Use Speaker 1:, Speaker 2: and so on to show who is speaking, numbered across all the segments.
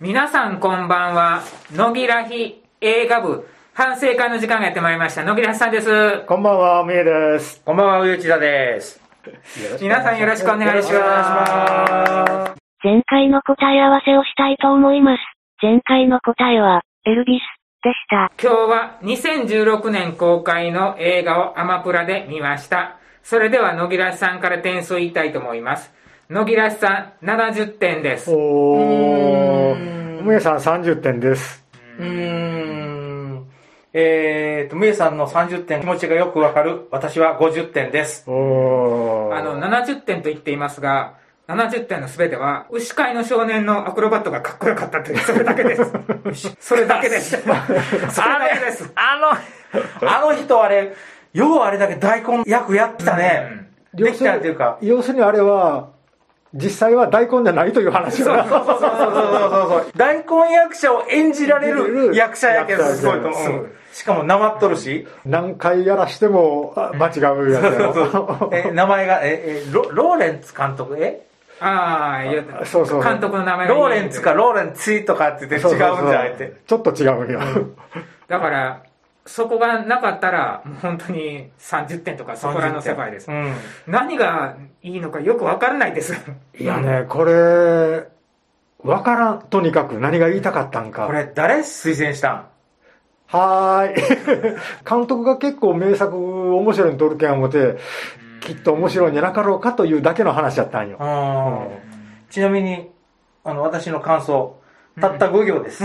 Speaker 1: 皆さんこんばんは。野木らひ映画部反省会の時間がやってまいりました。野木らひさんです。
Speaker 2: こんばんは、みえです。
Speaker 3: こんばんは、うゆうちだです。
Speaker 1: 皆さんよろしくお願いし
Speaker 2: よろくお
Speaker 1: ま
Speaker 2: 願いします。
Speaker 4: 前回の答え合わせをしたいと思います。前回の答えは、エルビス、でした。
Speaker 1: 今日は2016年公開の映画をアマプラで見ました。それでは野木らひさんから点数言いたいと思います。野木らひさん70点です。
Speaker 2: お
Speaker 3: うー
Speaker 2: ー、
Speaker 3: ん
Speaker 2: むえさん30点です。
Speaker 3: うーん。えーと、むえさんの30点、気持ちがよくわかる。私は50 点です。
Speaker 2: おー。
Speaker 1: あの、70点と言っていますが、70点の全ては、牛飼いの少年のアクロバットがかっこよかったという、それだけ です。それだけです。それだけです。
Speaker 3: あの、あの人あれ、ようあれだけ大根役やってたね。できたっていうか。
Speaker 2: 要するにあれは、実際は大根じゃないという話
Speaker 1: そう
Speaker 2: だ。
Speaker 1: そうそう
Speaker 3: そうそうそうそう。大根役者を演じられる役者やけど、すごいと思う。しかも、なまっとるし。
Speaker 2: 何回やらしてもあ間違うやつやろ。
Speaker 3: え、名前が、え、え、ロローレンツ監督、え
Speaker 1: ああ、言う
Speaker 2: そうそう
Speaker 1: 監督の名前が言
Speaker 3: ロ
Speaker 1: え
Speaker 3: ー
Speaker 1: ない
Speaker 3: レンツかローレンツイとかって言って
Speaker 2: そ
Speaker 3: 違
Speaker 2: ううんそうそ
Speaker 3: じ
Speaker 2: う
Speaker 3: ゃんって。
Speaker 2: ちょっと違うんよ。
Speaker 1: だから、そこがなかったら、もう本当に30点とかそこらの世界です
Speaker 3: う。ん。
Speaker 1: 何がいいのかよくわからないです。
Speaker 2: いやね、これ、わからん。とにかく何が言いたかったんか。
Speaker 3: これ誰推薦したん
Speaker 2: はーい。 監督が結構名作面白いの撮るけん思て、きっと面白いんじゃなかろうかというだけの話だったんよ。
Speaker 3: うんちなみに、あの、私の感想、たった5 行です。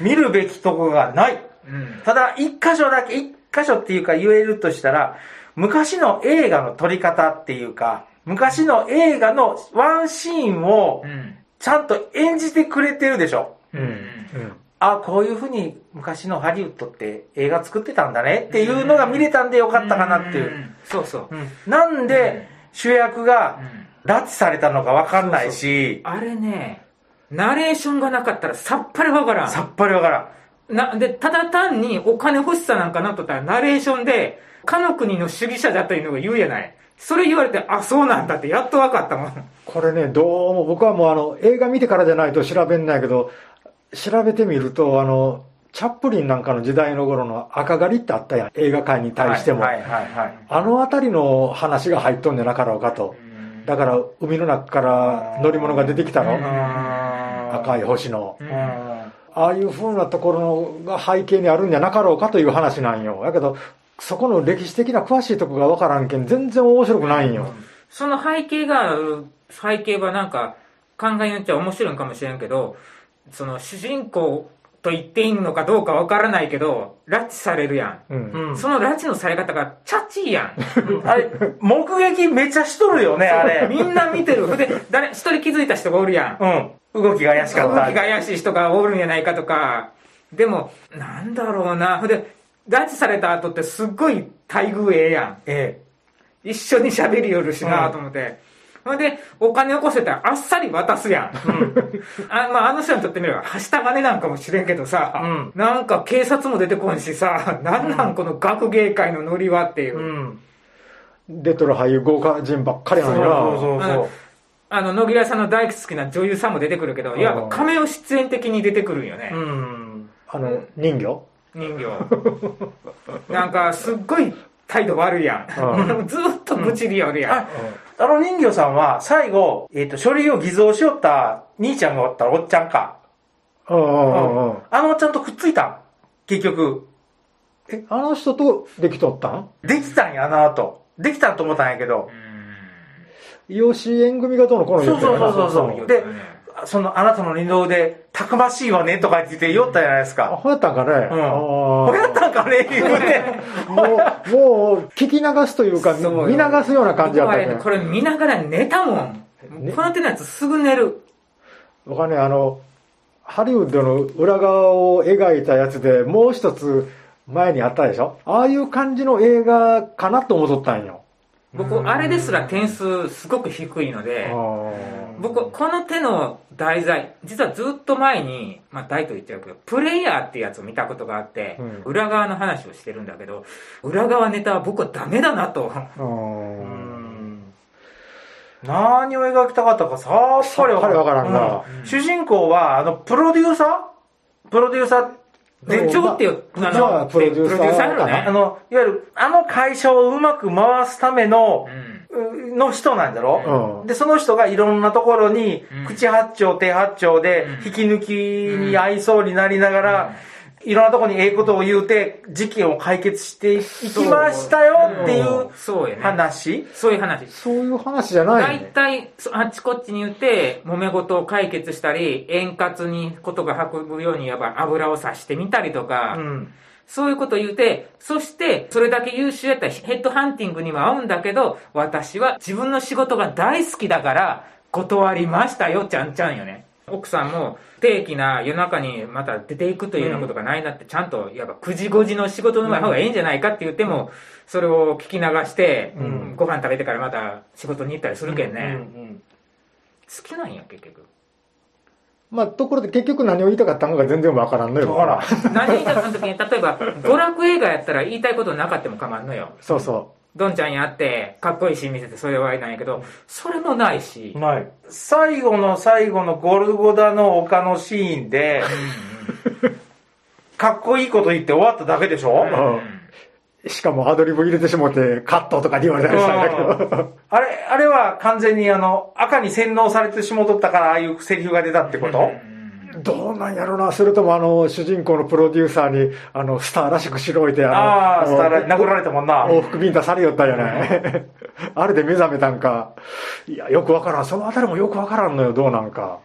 Speaker 3: 見るべきとこがない。
Speaker 1: うん。
Speaker 3: ただ、一箇所だけ、一箇所っていうか言えるとしたら、昔の映画の撮り方っていうか、昔の映画のワンシーンを
Speaker 1: うん。
Speaker 3: ちゃんと演じてくれてるでしょ。
Speaker 1: うん。うん
Speaker 2: うん。
Speaker 3: あ、こういうふうに昔のハリウッドって映画作ってたんだねっていうのが見れたんでよかったかなっていう。。
Speaker 1: そうそう。
Speaker 3: うんなんで主役が
Speaker 1: うん
Speaker 3: 拉致されたのかわかんないし、
Speaker 1: あれね、ナレーションがなかったらさっぱりわからん。
Speaker 3: さっぱりわからん。
Speaker 1: な、で、ただ単にお金欲しさなんかなとったら、ナレーションで、かの国の主義者だというのが言うやない。それ言われて、あ、そうなんだって、やっとわかったもん。
Speaker 2: これね、どうも僕はもうあの、映画見てからじゃないと調べんないけど、調べてみると、あの、チャップリンなんかの時代の頃の赤狩りってあったやん。映画界に対しても。
Speaker 3: はいはいはい。
Speaker 2: あのあたりの話が入っとんじゃなかろうかと。だから、海の中から乗り物が出てきた
Speaker 1: う
Speaker 2: の。
Speaker 3: ん
Speaker 2: 赤い星の。
Speaker 1: う
Speaker 3: うんん
Speaker 2: ああいう風なところが背景にあるんじゃなかろうかという話なんよ。だけど、そこの歴史的な詳しいとこがわからんけん、全然面白くないんよ。
Speaker 1: その背景がある、背景はなんか、考えによっちゃ面白いんかもしれんけど、その主人公と言っていいのかどうかわからないけど、拉致されるや
Speaker 2: うん。
Speaker 3: うんん
Speaker 1: ん。その拉致のされ方が、チャチいやん。
Speaker 3: あれ、目撃めちゃしとるよね、あ れ。
Speaker 1: みんな見てる。で、誰、一人気づいた人がおるやん。
Speaker 3: うん。動きが怪しかった。
Speaker 1: 動きが怪しい人がおるんやないかとか、でも、なんだろうな。ほんで、拉致された後ってすっごい待遇ええやん。
Speaker 3: え
Speaker 1: 一緒に喋りよるしな
Speaker 3: うん
Speaker 1: と思って。ほんで、お金起こせたらあっさり渡すやん。あまあ、あの人にとってみれば、はした金なんかもしれんけどさ、
Speaker 3: うん
Speaker 1: なんか警察も出てこんしさ、なんなんこの学芸会のノリはっていう
Speaker 3: え。。うん。
Speaker 2: 出てる俳優豪華人ばっかり
Speaker 3: そ
Speaker 2: な
Speaker 3: うん
Speaker 2: や。
Speaker 3: そうそう
Speaker 1: あの、野木屋さんの大好きな女優さんも出てくるけど、いわば亀を出演的に出てくるんよね。
Speaker 3: そう。うん。
Speaker 2: あの、人魚
Speaker 1: 人形なんかすっごい態度悪いや
Speaker 2: うん
Speaker 1: ずっと愚痴りよるや
Speaker 3: あ、あの人形さんは、最後、えっ、と、書類を偽造しよった兄ちゃんがおったらおっちゃんか。
Speaker 2: うんう
Speaker 3: うん
Speaker 2: うんうん。
Speaker 3: あのおっちゃんとくっついたん。結局。
Speaker 2: え、あの人とできとったん
Speaker 3: できたんや、あの後。できたんと思ったんやけど。
Speaker 2: 養子縁組がどうのこうの言って
Speaker 3: そ
Speaker 2: る
Speaker 3: うそうそうそ
Speaker 1: ん
Speaker 3: うでその、あなたの二動で、たくましいわね、とか言って言おったじゃないです
Speaker 2: あ、
Speaker 3: か。
Speaker 2: ほやったんかね。
Speaker 3: うん。
Speaker 2: あー
Speaker 3: これやったんかね、言うて。
Speaker 2: もう、もう、聞き流すというか、見
Speaker 1: そうよ
Speaker 2: 流すような感じだっ
Speaker 1: 僕
Speaker 2: た
Speaker 1: は
Speaker 2: ね
Speaker 1: ね。これ見ながら寝たもん
Speaker 2: ね
Speaker 1: この手のやつすぐ寝る
Speaker 2: 僕はね、あの、ハリウッドの裏側を描いたやつで、もう一つ前にあったでしょああいう感じの映画かなと思っとったんよ。
Speaker 1: 僕あれですら点数すごく低いの
Speaker 2: あ
Speaker 1: で
Speaker 2: ー
Speaker 1: 僕この手の題材実はずっと前にまあ題と言っちゃうけどプレイヤーっていうやつを見たことがあって、
Speaker 2: うん
Speaker 1: 裏側の話をしてるんだけど裏側ネタは僕はダメだなと
Speaker 2: うーん
Speaker 3: 何を描きたかったかさっぱり
Speaker 2: さっぱりわからんな
Speaker 3: う主人公は、あの、プロデューサープロデューサー、
Speaker 1: 絶頂ってよ、
Speaker 2: まあまあプロデューサー
Speaker 1: プロデューサーなの
Speaker 2: か
Speaker 1: ね
Speaker 3: あ。の、いわゆる、あの会社をうまく回すための、うの人なんだろ、
Speaker 2: うん
Speaker 3: で、その人がいろんなところに
Speaker 1: うん、
Speaker 3: 口八丁、手八丁で
Speaker 1: う、ん
Speaker 3: 引き抜きに合いそうになりながら、いろんなところにええことを言うて、事件を解決していきましたよってい
Speaker 1: うん
Speaker 3: う
Speaker 1: そうやね。
Speaker 3: 話
Speaker 1: そういう話。
Speaker 2: そういう話じゃない、
Speaker 1: 大
Speaker 2: ね。
Speaker 1: 体、そあっちこっちに言って、揉め事を解決したり、円滑にことが運ぶようにやっぱ油をさしてみたりとか、
Speaker 3: うん。
Speaker 1: そういうことを言うて、そして、それだけ優秀やったらヘッドハンティングにも合うんだけど、私は自分の仕事が大好きだから、断りましたよ、ちゃんちゃんよね。奥さんも不定期な夜中にまた出ていくというようなことがないなって、ちゃんと、やっぱ9時5時の仕事の方がいいんじゃないかって言っても、それを聞き流して、
Speaker 3: うん
Speaker 1: ご飯食べてからまた仕事に行ったりするけんね。
Speaker 3: うん
Speaker 1: 好きなんや、結局。
Speaker 2: まあ、ところで結局何を言いたかったのか全然わからんの
Speaker 3: うん。
Speaker 2: よ。
Speaker 3: ほら。
Speaker 1: 何言いたかった時に、例えば、娯楽映画やったら言いたいことなかったも構わんのよ。
Speaker 2: そうそ
Speaker 1: どんちゃんに会って、かっこいいシーン見せてそれで終わりなんやけど、それもないし。
Speaker 3: ない。最後の最後のゴルゴダの丘のシーンで、かっこいいこと言って終わっただけでしょ、
Speaker 2: う。うん。しかもアドリブ入れてしもって、カットとかに言われたりしたんだけど。
Speaker 3: あれ、あれは完全にあの、赤に洗脳されてしもとったから、ああいうセリフが出たってこと、
Speaker 2: どうなんやろな、それともあの、主人公のプロデューサーに、あの、スターらしくしろいて、の
Speaker 3: ああ、スターライ
Speaker 2: もう
Speaker 3: 殴られたもんな。
Speaker 2: 往復ビンタされよったんやない。 あれで目覚めたんか。いや、よくわからん。そのあたりもよくわからんのよ、どうなんか。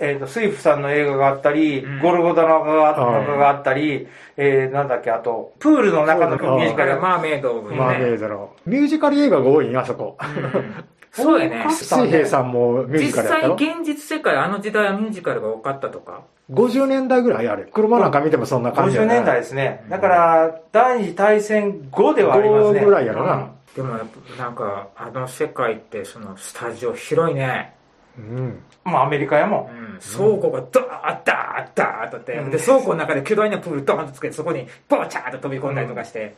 Speaker 3: えっ、と、スイフさんの映画があったり、
Speaker 1: うん
Speaker 3: ゴルゴダの丘が
Speaker 2: うん
Speaker 3: 丘があったり、えー、なんだっけ、あと、プールの中のミ
Speaker 2: プールの
Speaker 3: ュー
Speaker 1: だ
Speaker 3: ジカ
Speaker 1: か
Speaker 3: ル
Speaker 1: ら、。マーメイドもね。
Speaker 2: マーメイドの。ミュージカル映画が多いんや、あそこ。
Speaker 1: うんそうやね。
Speaker 2: 水平さんもミュージ
Speaker 1: 実
Speaker 2: カルやった
Speaker 1: 際、
Speaker 2: ろ
Speaker 1: 現実世界、あの時代はミュージカルが多かったとか。
Speaker 2: 50年代ぐらいあれ。車なんか見てもそんな感じや
Speaker 3: 50
Speaker 2: な
Speaker 3: 年代ですね。だから、第二次大戦後ではありますね。
Speaker 2: 5ぐらいやろな。
Speaker 1: でもやっぱ、なんか、あの世界って、その、スタジオ広いね。
Speaker 2: うん。
Speaker 3: まあ、アメリカやもん。
Speaker 1: うん倉庫がドーッダーッダーッとって、
Speaker 3: うん
Speaker 1: で倉庫の中で巨大なプールドーンとつけてそこにボチャーッと飛び込んだりとかして、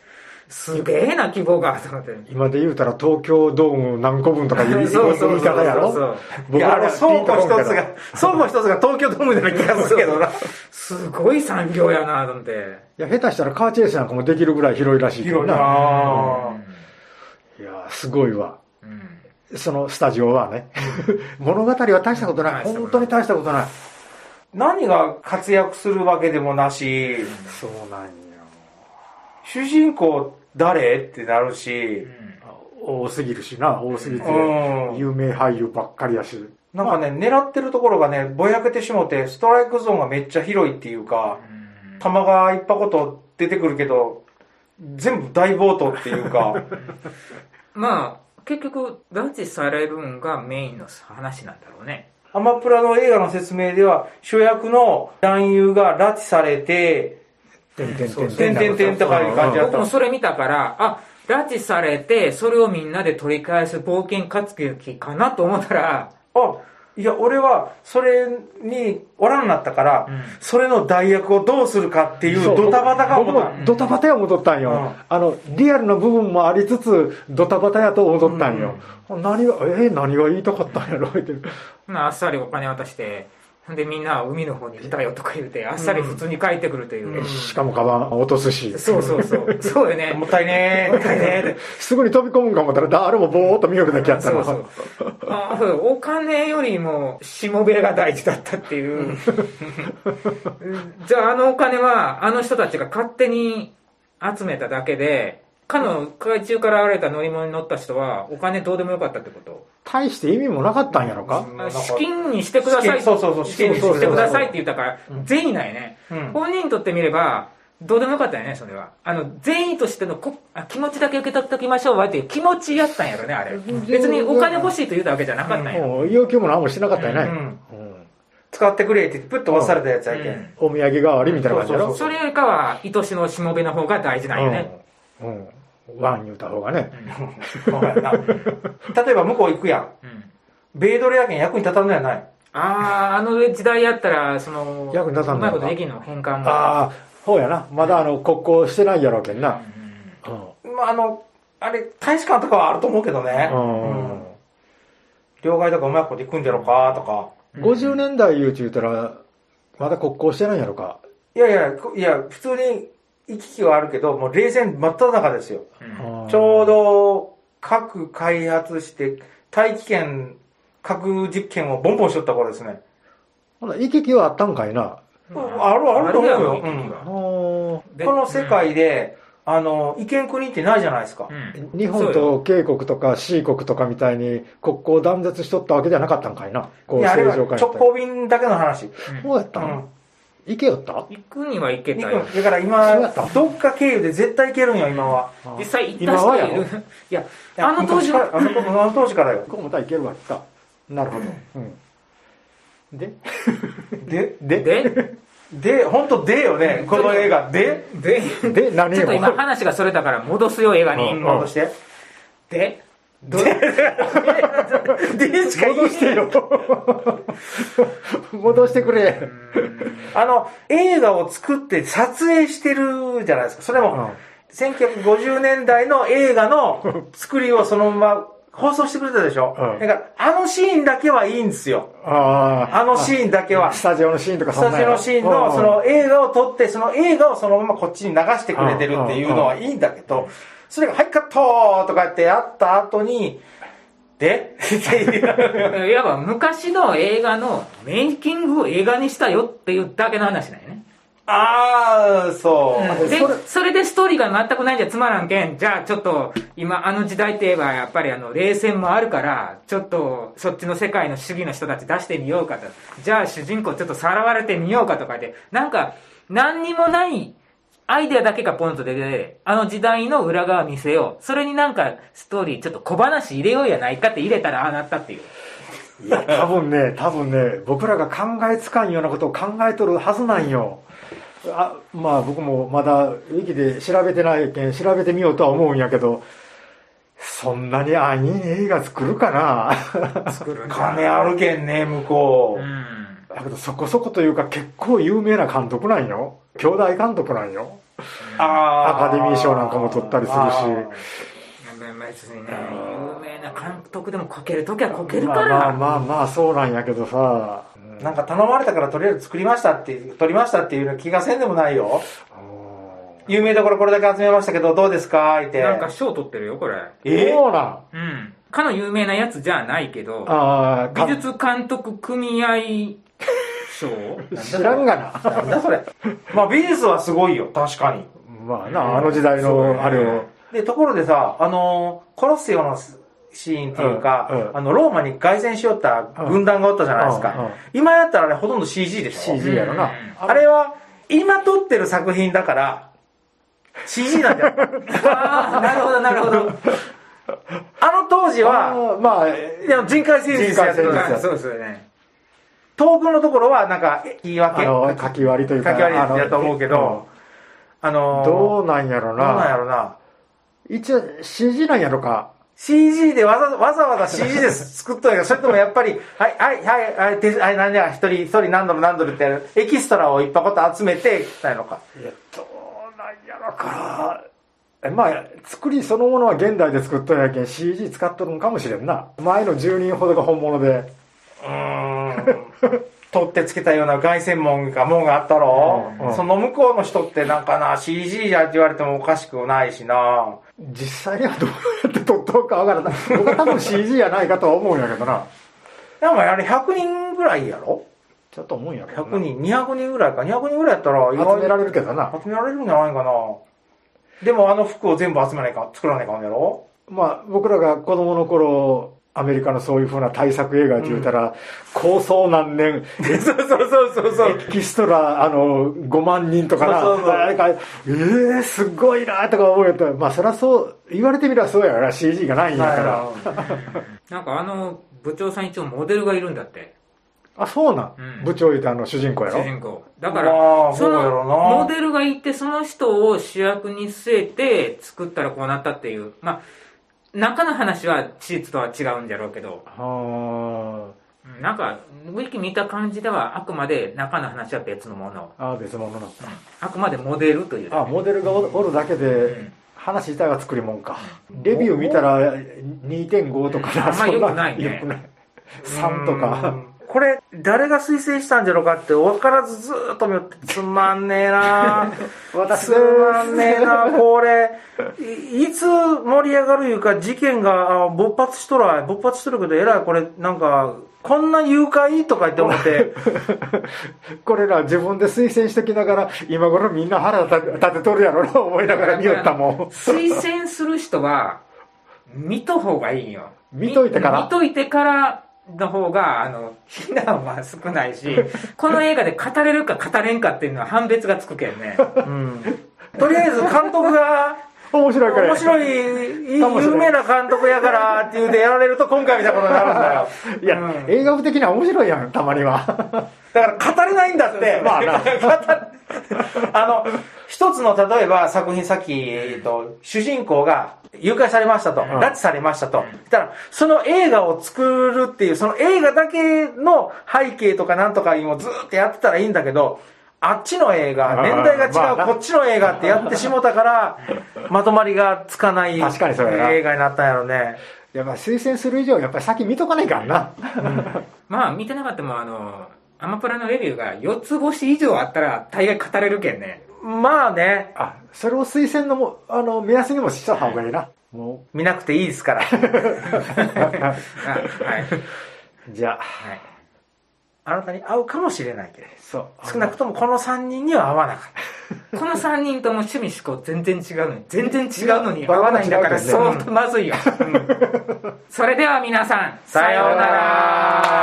Speaker 1: すげえな希望がと思って
Speaker 2: 今で言うたら東京ドーム何個分とかいう言い方や
Speaker 1: そうそう
Speaker 2: ろ
Speaker 3: い
Speaker 2: 僕
Speaker 3: や、あ
Speaker 2: ら
Speaker 3: れ
Speaker 2: は
Speaker 3: 倉庫一
Speaker 2: ピ
Speaker 3: つ
Speaker 2: ンとこんけど
Speaker 3: が、 倉庫一つが東京ドームでな気がするけどな。
Speaker 1: すごい産業やなと思って
Speaker 2: いや、下手したらカーチェイスなんかもできるぐらい広いらしいけど
Speaker 3: 広い
Speaker 2: な。
Speaker 3: なぁ
Speaker 2: いや、すごいわ。
Speaker 1: うん
Speaker 2: そのスタジオはね。物語は大したこと
Speaker 1: 大したことない
Speaker 2: ない。本当に大したことない。
Speaker 3: 何が活躍するわけでもなし、
Speaker 2: そうなんよ。
Speaker 3: 主人公誰ってなるし
Speaker 1: う、ん
Speaker 2: 多すぎるしな、多すぎて
Speaker 3: うん。
Speaker 2: 有名俳優ばっかりやし。
Speaker 3: なんかね、狙ってるところがね、ぼやけてしもて、ストライクゾーンがめっちゃ広いっていうか、球が一箱と出てくるけど、全部大暴投っていうか、
Speaker 1: まあ結局拉致されるんがメインの話なんだろうね
Speaker 3: アマプラの映画の説明では、主役の男優が拉致されて、
Speaker 2: てんてんてん
Speaker 3: てんてんてんとかいう感じだっ
Speaker 1: 僕
Speaker 3: た
Speaker 1: もそれ見たからあ拉致されてそれをみんなで取り返す冒険活劇かなと思ったら
Speaker 3: あ、いや、俺は、それにおらんなったから、
Speaker 1: うん
Speaker 3: それの代役をどうするかっていう
Speaker 2: そう
Speaker 3: ドタバタが
Speaker 2: 僕もドタバタや思うとったんよ、
Speaker 3: うん
Speaker 2: あのリアルな部分もありつつドタバタやと思うとったんよ、何がえー何が言いたかったんやろって
Speaker 1: まあ、あっさりお金渡して、ほんでみんな海の方にいたよとか言うて、あっさり普通に帰ってくるという。
Speaker 2: しかもカバン落とすし
Speaker 1: そうそうそう。そうよね。
Speaker 3: もったいねー
Speaker 1: もったいね
Speaker 2: すぐに飛び込むんか思ったら誰もボーっと見よるだけや
Speaker 1: ー
Speaker 2: った
Speaker 1: そ
Speaker 2: の
Speaker 1: うそう。あそうお金よりも、しもべが大事だったっていう。 じゃあ、あのお金は、あの人たちが勝手に集めただけで、かの海中から現れた乗り物に乗った人は、お金どうでもよかったってこと
Speaker 2: 大して意味もなかったんやろか、
Speaker 3: うん
Speaker 1: 資金にしてください。
Speaker 3: 資金そうそうそう
Speaker 1: 資金に
Speaker 3: そう
Speaker 1: し
Speaker 3: そうそ
Speaker 1: て
Speaker 3: う
Speaker 1: くださいって言ったから
Speaker 3: う、ん
Speaker 1: 善意ないね。
Speaker 3: うん
Speaker 1: 本人にとってみれば、どうでもよかったよね、それは。あの、善意としてのこあ気持ちだけ受け取っておきましょうわっていう気持ちやったんやろね、あれ。別にお金欲しいと言うたわけじゃなかったんや。
Speaker 2: もう要求も何もしてなかったんやない、
Speaker 3: うん
Speaker 2: うん
Speaker 3: 使ってくれってプッと渡されたやつやけん。
Speaker 1: うん
Speaker 2: お土産代わりみたいな感じやろ
Speaker 1: それよりかは、愛しのしもべの方が大事なんよね。
Speaker 2: うんうんワン言うた方がね、
Speaker 3: そうやな例えば向こう行くやん。
Speaker 1: うん
Speaker 3: 米ドルやけん役に立たんのやない。
Speaker 1: ああ、あの時代やったら、その、
Speaker 2: 役に立た
Speaker 1: うん
Speaker 2: の
Speaker 1: まい
Speaker 2: やろな
Speaker 1: ことできんの、変換も。
Speaker 2: ああほうやなまだあの国交してないやろうけんな、うん
Speaker 3: まあ、あの、あれ、大使館とかはあると思うけどね。
Speaker 2: うん
Speaker 3: うん両替とかうまいこといくんじゃろかとか。
Speaker 2: 50年代いうち言うたら、まだ国交してないんやろか。
Speaker 3: いやいや、こいや、普通に行き来はあるけど、もう冷戦真っ只中ですよ。
Speaker 2: あー
Speaker 3: ちょうど、核開発して、大気圏、核実験をボンボンしとった頃ですね。
Speaker 2: ほな、行き来はあったんかいな。
Speaker 3: あるあると思うよ
Speaker 1: あるやろ
Speaker 3: うん
Speaker 2: あの
Speaker 1: で
Speaker 3: この世界で、あの、意見国ってないじゃないですか。
Speaker 1: うん
Speaker 2: ー日本
Speaker 1: そうよ
Speaker 2: と渓国とか C 国とかみたいに国交断絶しとったわけじゃなかったんかいな。こ、
Speaker 3: いうや、あれ
Speaker 2: 正
Speaker 3: は
Speaker 2: 常化にな
Speaker 3: 直
Speaker 2: った
Speaker 3: 行便だけの話。
Speaker 2: そうやった
Speaker 3: うん
Speaker 2: ん行けよった
Speaker 1: 行くには行け
Speaker 3: 行
Speaker 1: た
Speaker 3: く
Speaker 1: よ
Speaker 3: んだから
Speaker 2: そうやった
Speaker 3: 今、どっか経由で絶対行けるんよ、今は。
Speaker 1: 実際行った
Speaker 2: 今はや
Speaker 1: 人い
Speaker 2: ろ
Speaker 1: るいや
Speaker 3: いや
Speaker 1: あの当時
Speaker 3: 昔からあの頃あの当時からよ。
Speaker 2: ここまた行けるわけか。なるほど。うん。で、
Speaker 3: で、で、
Speaker 1: で
Speaker 3: で、本当でよね、この映画。で、
Speaker 1: で
Speaker 2: で、 何
Speaker 1: ちょっ
Speaker 2: よ
Speaker 1: と。今話がそれたから戻すよ映画に、
Speaker 2: うん
Speaker 3: 戻して。
Speaker 1: で
Speaker 3: で、 でしか言
Speaker 2: 戻
Speaker 3: え
Speaker 2: してよ。 戻してくれ。
Speaker 3: あの、映画を作って撮影してるじゃないですか。それ
Speaker 2: うん
Speaker 3: も、1950年代の映 画の作りをそのまま放送してくれたでしょ。
Speaker 2: うん
Speaker 3: だから、あのシーンだけはいいんですよ。
Speaker 2: あー
Speaker 3: あのシーンだけは。
Speaker 2: ス
Speaker 3: ス
Speaker 2: タジオのシーンとかそんな
Speaker 3: タジ
Speaker 2: んやろ
Speaker 3: オのシーンの、そ、の映画を撮って、その映画をそのままこっちに流してくれてるっていうのはいいんだけど、それが、はい、カットとかってやった後に、でっていう
Speaker 1: いわば昔の映画のメイキングを映画にしたよっていうだけの話なんよね
Speaker 3: あー、そう。
Speaker 1: で
Speaker 2: それ、
Speaker 1: それでストーリーが全くないんじゃつまらんけん。じゃあちょっと、今あの時代って言えばやっぱりあの、冷戦もあるから、ちょっとそっちの世界の主義の人たち出してみようかと。じゃあ主人公ちょっとさらわれてみようかとかで、なんか、何にもないアイデアだけがポンと出て、あの時代の裏側見せよう。それになんかストーリーちょっと小話入れようやないかって入れたらああなったっていう。
Speaker 2: いや、多分ね、多分ね、僕らが考えつかんようなことを考えとるはずなんよ。あまあ僕もまだウィキで調べてないけん調べてみようとは思うんやけどそんなに安易に映画作るかな
Speaker 1: 作るん
Speaker 3: 金あるけんね、向こ
Speaker 1: う
Speaker 3: う。
Speaker 1: ん。
Speaker 2: だけどそこそこというか結構有名な監督なんよ兄弟監督なんよ
Speaker 3: ア
Speaker 2: アカデミー賞なんかも取ったりするし
Speaker 1: まあまあ別にね、有名な監督でもこけるときはこけるか
Speaker 2: まあ
Speaker 1: ら。
Speaker 2: まあまあまあそうなんやけどさ、うん
Speaker 3: なんか頼まれたからとりあえず作りましたって、撮りましたっていうような気がせんでもないよ。有名どころこれだけ集めましたけど、どうですかって。
Speaker 1: なんか賞取ってるよ、これ。
Speaker 3: え
Speaker 2: そうなん
Speaker 1: うん。かの有名なやつじゃないけど、
Speaker 2: ああ
Speaker 1: 美術監督組合 賞
Speaker 2: 知らんがな
Speaker 3: なんだそれ。まあ美術はすごいよ、確かに。
Speaker 2: まあな、あの時代のあれを。
Speaker 3: で、ところでさ、あのーコロッセオのスシーンっていうか、
Speaker 2: うんうん
Speaker 3: あの、ローマに凱旋しよった軍団がおったじゃないですか。
Speaker 2: うんうん
Speaker 3: 今やったらあれほとんど CG でしょ。
Speaker 2: CG やろな
Speaker 1: うん。
Speaker 3: あれは、今撮ってる作品だから、CG なんだ よ。
Speaker 1: ああ、なるほど、なるほど。
Speaker 3: あの当時
Speaker 2: あ
Speaker 3: は、
Speaker 2: のまあ、
Speaker 3: いや人海戦術やって
Speaker 2: 人
Speaker 3: る
Speaker 2: 海戦術
Speaker 1: そうですよね。
Speaker 3: 遠くのところは、なんか、言い訳
Speaker 2: あの、書き割りというか。
Speaker 3: 書き割りだと思うけど、あ
Speaker 2: あの
Speaker 3: のー
Speaker 2: どうなんやろ
Speaker 3: どうなんや
Speaker 2: な。
Speaker 3: ろな。
Speaker 2: 一応 CG なんやろか。
Speaker 3: CG でわざわざわざ CG で作っとるけど、それともやっぱり、はい、はい、はい、はい、手はい、何や、一人、一人何度も何度もってやる、エキストラをいっぱいこと集めて、ないのか。
Speaker 2: えっと、なんやろか。えまあ、作りそのものは現代で作っとるやけん CG 使っとるんかもしれんな。前の10人ほどが本物で。
Speaker 3: うーん。取ってつけたような凱旋門が、門があったろ、
Speaker 2: うんうん
Speaker 3: その向こうの人ってなんかな、CG じゃって言われてもおかしくないしな。
Speaker 2: 実際にはどうやって撮っとるかわからない。僕は多分 CG やないかとは思うんやけどな。
Speaker 3: でもあれ100人ぐらいやろ
Speaker 2: ちょっと思うんやけどな。
Speaker 3: 100人、200人ぐらいか。200人ぐらいやったら、
Speaker 2: 集められるけどな。
Speaker 3: 集められるんじゃないかな。でもあの服を全部集めないか、作らないかんやろ
Speaker 2: まあ、僕らが子供の頃、アメリカのそういう風な大作映画って言うたら、構想何年、
Speaker 3: そうそうそうそうそう。
Speaker 2: エキストラ、あの、5万人とかな、
Speaker 3: そうそうそう
Speaker 2: あれかええー、すごいなとか思うよと、まあ、そりゃそう、言われてみればそうやから、CG がないんやから。
Speaker 1: なんかあの、部長さん一応モデルがいるんだって。
Speaker 2: あ、そうなん、
Speaker 1: うん
Speaker 2: 部長言うてあの、主人公や
Speaker 1: 主
Speaker 2: ろ。
Speaker 1: 人公。だか
Speaker 3: まあ
Speaker 1: ら、そ
Speaker 3: そうや
Speaker 1: の
Speaker 3: ろな
Speaker 1: モデルがいて、その人を主役に据えて作ったらこうなったっていう。まあ、中の話はシーツとは違うんじゃろうけど、
Speaker 2: は
Speaker 1: うんなんか、ウィキ見た感じでは、あくまで中の話は別のもの。
Speaker 2: あー、別物な。
Speaker 1: あくまでモデルという。
Speaker 2: あ、モデルがおるおるだけ
Speaker 1: ん
Speaker 2: で、話自体は作りもんか。レビュー見たら2.5とか
Speaker 1: う
Speaker 2: な、
Speaker 1: んあんま
Speaker 2: そん
Speaker 1: 良くないね
Speaker 2: 良くない3と
Speaker 3: う
Speaker 2: か
Speaker 3: ん。これ、誰が推薦したんじゃろうかって分からずずーっと見よって、つまんねえ な
Speaker 2: 私
Speaker 3: つまんねえなこれ、いいつ盛り上がるいうか、事件があ勃発しとらい、勃発しとるけど、えらいこれ、なんか、こんな誘拐とか言って思って、
Speaker 2: これら自分で推薦しときながら、今頃みんな腹立て立てとるやろな思いながら見よったも
Speaker 1: 推薦する人は、見と方がいいんよ。
Speaker 2: 見といてから
Speaker 1: 見といてからの方が、あの、非難は少ない し、この映画で語れるか語れんかっていうのは判別がつくけんね。
Speaker 3: うんとりあえず監督が、
Speaker 2: ん。面白いから。
Speaker 3: 面白い、
Speaker 2: かもしれん
Speaker 3: 有名な監督やからって言うてやられると今回みたいなことになるんだよ。
Speaker 2: いや、映画部的には面白いやん、たまには。
Speaker 3: だから語れないんだって。
Speaker 2: まあな
Speaker 3: 語れ あの、一つの例えば作品さっき、えっと、主人公が誘拐されましたと、拉致されましたと。したら、その映画を作るっていう、その映画だけの背景とかなんとかいうのをずーっとやってたらいいんだけど、あっちの映
Speaker 2: あ
Speaker 3: 画、
Speaker 2: ー
Speaker 3: 年代が違う、
Speaker 2: まあな
Speaker 3: こっちの映画ってやってしもたから、まとまりがつかない
Speaker 2: 確かにそうやな
Speaker 3: 映画になったんやろね。
Speaker 2: いや、まあ推薦する以上、やっぱり先見とかないからな。
Speaker 1: まあ、見てなかったもんあの、アマプラのレビューが4つ星以上あったら大概語れるけんね。
Speaker 3: まあね、
Speaker 2: あ、それを推薦のも、あの、目安にもした方がいいな。も
Speaker 3: 見なくていいですから。
Speaker 1: あはい。
Speaker 2: う、 じゃあ、
Speaker 1: はい
Speaker 3: あなたに合うかもしれないけど。
Speaker 2: そう。
Speaker 3: 少なくともこの3人には合わなかっ
Speaker 1: この3人とも趣味嗜好全然違うのに、全然違うのに合わないんだから
Speaker 2: バカな違う
Speaker 1: 相
Speaker 2: け
Speaker 1: 当まずいよ。それでは皆さん、
Speaker 3: た。
Speaker 1: さようなら。